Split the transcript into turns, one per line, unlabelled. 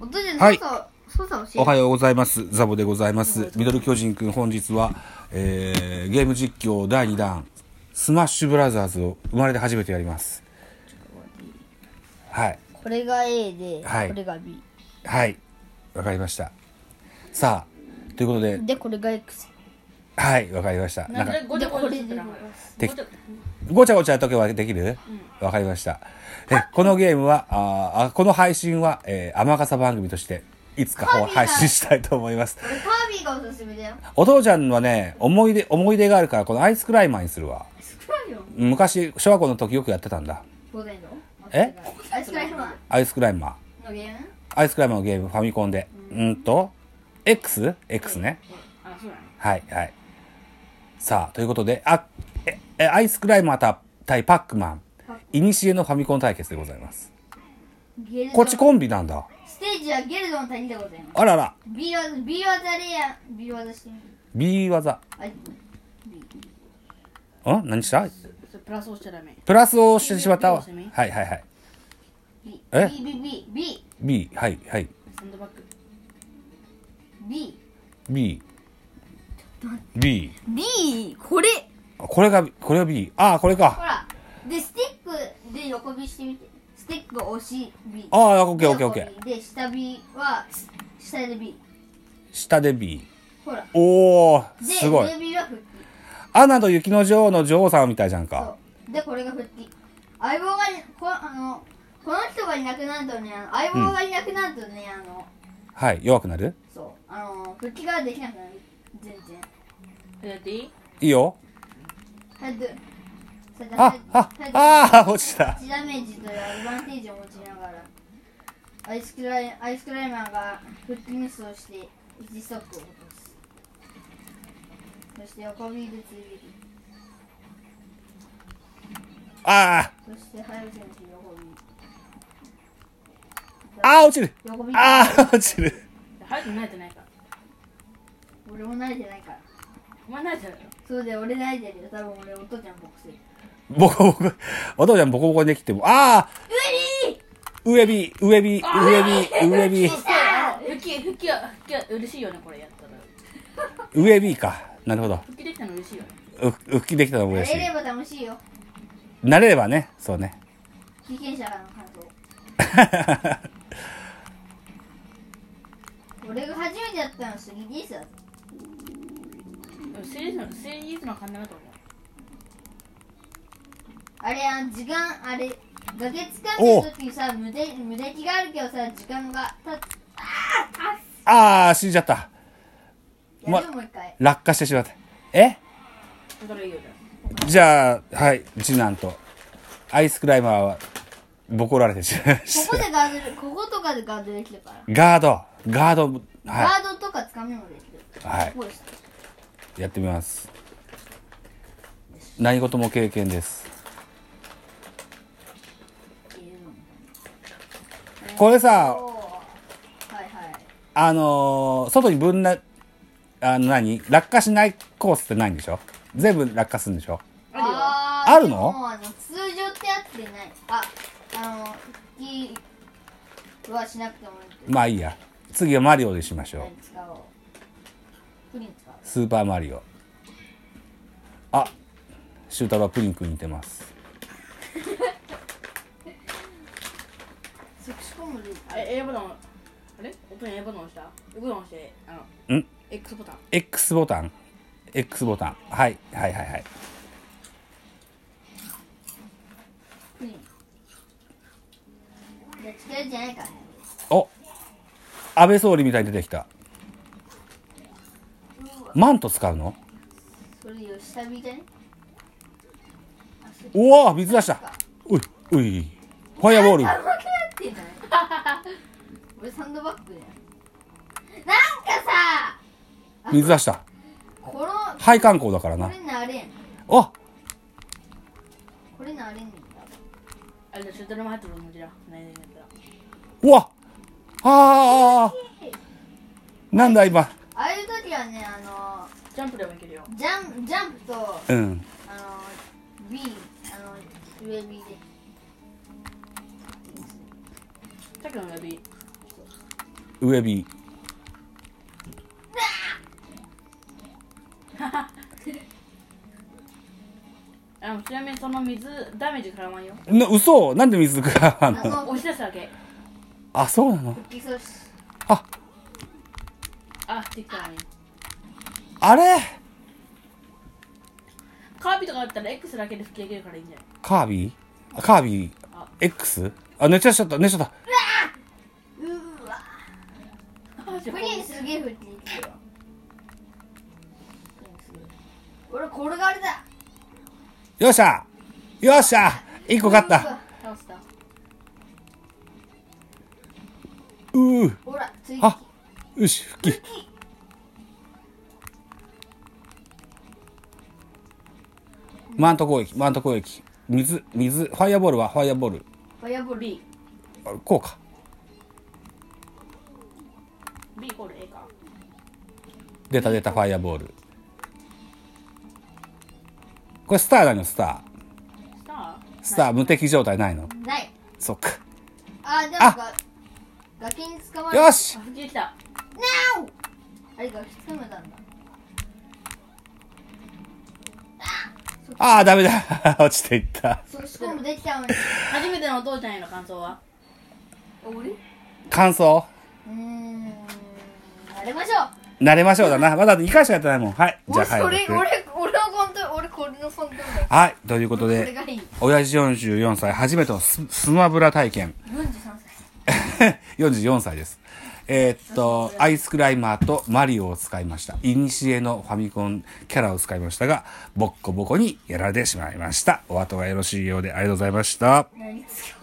お父ちゃん、
はい
操作、操作教
お
えて。
はようございます。ザボでございます。ミドル巨人くん、本日は、えー、ゲーム実況第2弾、スマッシュブラザーズを生まれて初めてやります。はい。
これが A で、
はい
これが B。
はい。わかりました。さあ、ということで、
で、これが X。
はい、わかりました。なんか、
で、これで。
てきごちゃごちゃやっとけばできるわ、かりました。え、このゲームは、あーあこの配信は、えー、甘笠番組として、いつかほ配信したいと思います。
タービーがおすすめだよ。
お父ちゃんはね、思い出、思い出があるから、このアイスクライマーにするわ。
少ないよ。
昔、小学校の時よくやってたんだ。
5代の
え
アイスクライマ
アイスクライマ
ーのゲーム
ー。アイスクライマーのゲーム、ファミコンで。うーんと、X?X ね。
あ、そうなの
はい、はい。さあ、ということで、あ、え、えアイスクライマーた対パックマン。いにしえのファミコン対決でございます。
ゲルド
こっちコンビなんだ。
ステージはゲルドの谷でございます。
あらら。
B 技、B 技レア、B 技してみる。
B 技。
あ、
ん何した
それプラスをしちゃダメ。
プラスをしてしまったわ。はい、はい、はい。
B、
え
B、B、B、B、
B、はい、はい。
サンドバッグ。
B。
B。B。
B、これ
あこれが、これが B。ああ、これ
ほ
か。
ら。で、スティックで横火してみて。スティックが押し B。
ああ、オッケーオッケーオッケー。
ー。で、下火は、下で B。
下で B。
ほら。
おお
で、
すごい
上。火は復帰。
アナと雪の女王の女王様みたいじゃん
そ
か。
う。で、これが復帰。相棒が、こあの、この人がいなくなるとね、あの相棒がいなくなるとね、あの、
はい、弱くなる
そう。あの、復帰ができなくなる。全然。
やっていい
いいよ。
早く。さ
あ、あ、ああ、落ちた。
1ダメージというアドバンテージを持ちながらアイスクライアイスクライマーがフットミスをして1ストップを落とすそして横ビーで追撃
あ
そして早く選手横ビ
あ、ああ、落ちる。
横ビ
ああ、落ちる。
早く慣れてないから。
俺も慣れてないから
お前慣れてないよ。
そうで俺慣れてるよ多分俺お父ちゃんボクスう
ボコボコ。お父ちゃんボコボコにできても。ああ、
え
上 B、上 B、上 B、上 B、
復帰、復帰は、復帰は嬉しいよね、これやったら。
上 B か。なるほど。
復帰できたの嬉しいよね。
う復帰できたのも
り
嬉し
慣
い
れ。れば楽しいよ
慣れればね、そうね。
被験者からの感想俺が初めてやったの 3DS だぞ
でも、セリーズの、セリーズの感じだと思う。
あれあの時間あれ崖掴んでる時にさ無敵無敵があるけどさ時間がたつあーあ
ああ、死んじゃった。
っや
ま
るよもう一回
落下してしまった。え
だからいいよ、じゃ
じゃあ、はい、次男と、アイスクライマーは、ボコられてしまいま
こ
し
こ
た。
でガードルこことかでガードできるから
ガード、ガード、
ガ
は
ードとか掴めもできる
はい
すごいです
い、やってみます。何事も経験です。
いるのも
これさ
お、ーはいはい
あのー外にぶんな、あの何、落下しないコースってないんでしょ全部落下するんでしょ
あ
あ
あるの
もあの通常ってやってないああの引きはしなくてもいいけど
まあいいや。次はマリオでしましょう
何。使おうプリン使おう
スーパーマリオ。あ、シュータロはプリンクに似てます。
セクシコムでいいか
るよ。え、A ボタン、あれ音に A ボタン押した ?A ボタン押して、あの、
ん
?X ボタン。
X ボタン X ボタンはいはいはいはい
プリンいや違うじゃないからね
お安倍総理みたいに出てきたマント使うの
それよ下火じゃね
うわ水出したういういファイアボール
あんまくなってない俺サンドバッグじゃんなんかさ
水出した
この
配管工だから
こ
な
れなれん
あ
これなれんんだ
あれだ、シュートルも入ってるもんじゃ。ないね、やったら。
うわあーなんだ今
ああいう時はねあ
ジャンプでもいけるよ。
のジャンジャンプとあ
うん
の B あの上 B で
さっきの指。
上 B
あのちなみにその水ダメージからわんよ
な嘘なんで水くらあんの
あそう
押し出すだけ
あそうなの
復帰するし
あ
あできたわね
あれ
カービィとかだったら X だけで吹き上げるからいいんじゃない
カービィあカービィ
あ
X? あ寝ちゃっちゃった寝ちゃった
うわ
あじゃ
プ
あ
リンすげえ降ってきてるわプリンすげえ俺転がりだ
よっしゃよっしゃ一個勝った
倒した
う
う
う
わほらつい
あよし復帰マント攻撃マント攻撃水水ファイアボールはファイアボール
ファイアボール
BB
あこうか
イコール A か
出た出たファイアボールこれスターなのスタ
スター
ースター無敵状態ないの
ない
そっか
あでも
あ
が崖に捕まえ
よし
あ吹き上げた
なおあれ崖捕まえたんだ
ああダメだ 落ちていった
そうしかもできたの にう
初めてのお父ちゃんへの感想は
ー
感想
んやりましょう
慣れましょうだなまだ2回しかやってないもんはいじゃあ
俺
はい
俺俺俺のコントロール俺これのコントロール
はいということ
これ
で
がいい
親父44歳初めてのススマブラ体験
43
44歳 ですえーっとアイスクライマーとマリオを使いましたいにしえのファミコンキャラを使いましたがボッコボコにやられてしまいましたお後がよろしいようでありがとうございました
歳何つけ